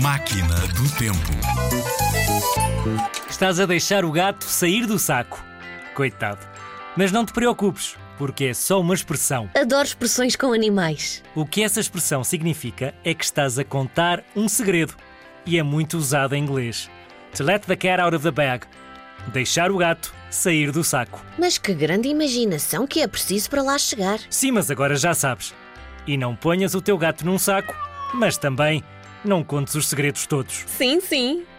Máquina do Tempo. Estás a deixar o gato sair do saco. Coitado. Mas não te preocupes, porque é só uma expressão. Adoro expressões com animais. O que essa expressão significa é que estás a contar um segredo e é muito usada em inglês. To let the cat out of the bag. Deixar o gato sair do saco. Mas que grande imaginação que é preciso para lá chegar. Sim, mas agora já sabes. E não ponhas o teu gato num saco, mas também não contes os segredos todos. Sim, sim.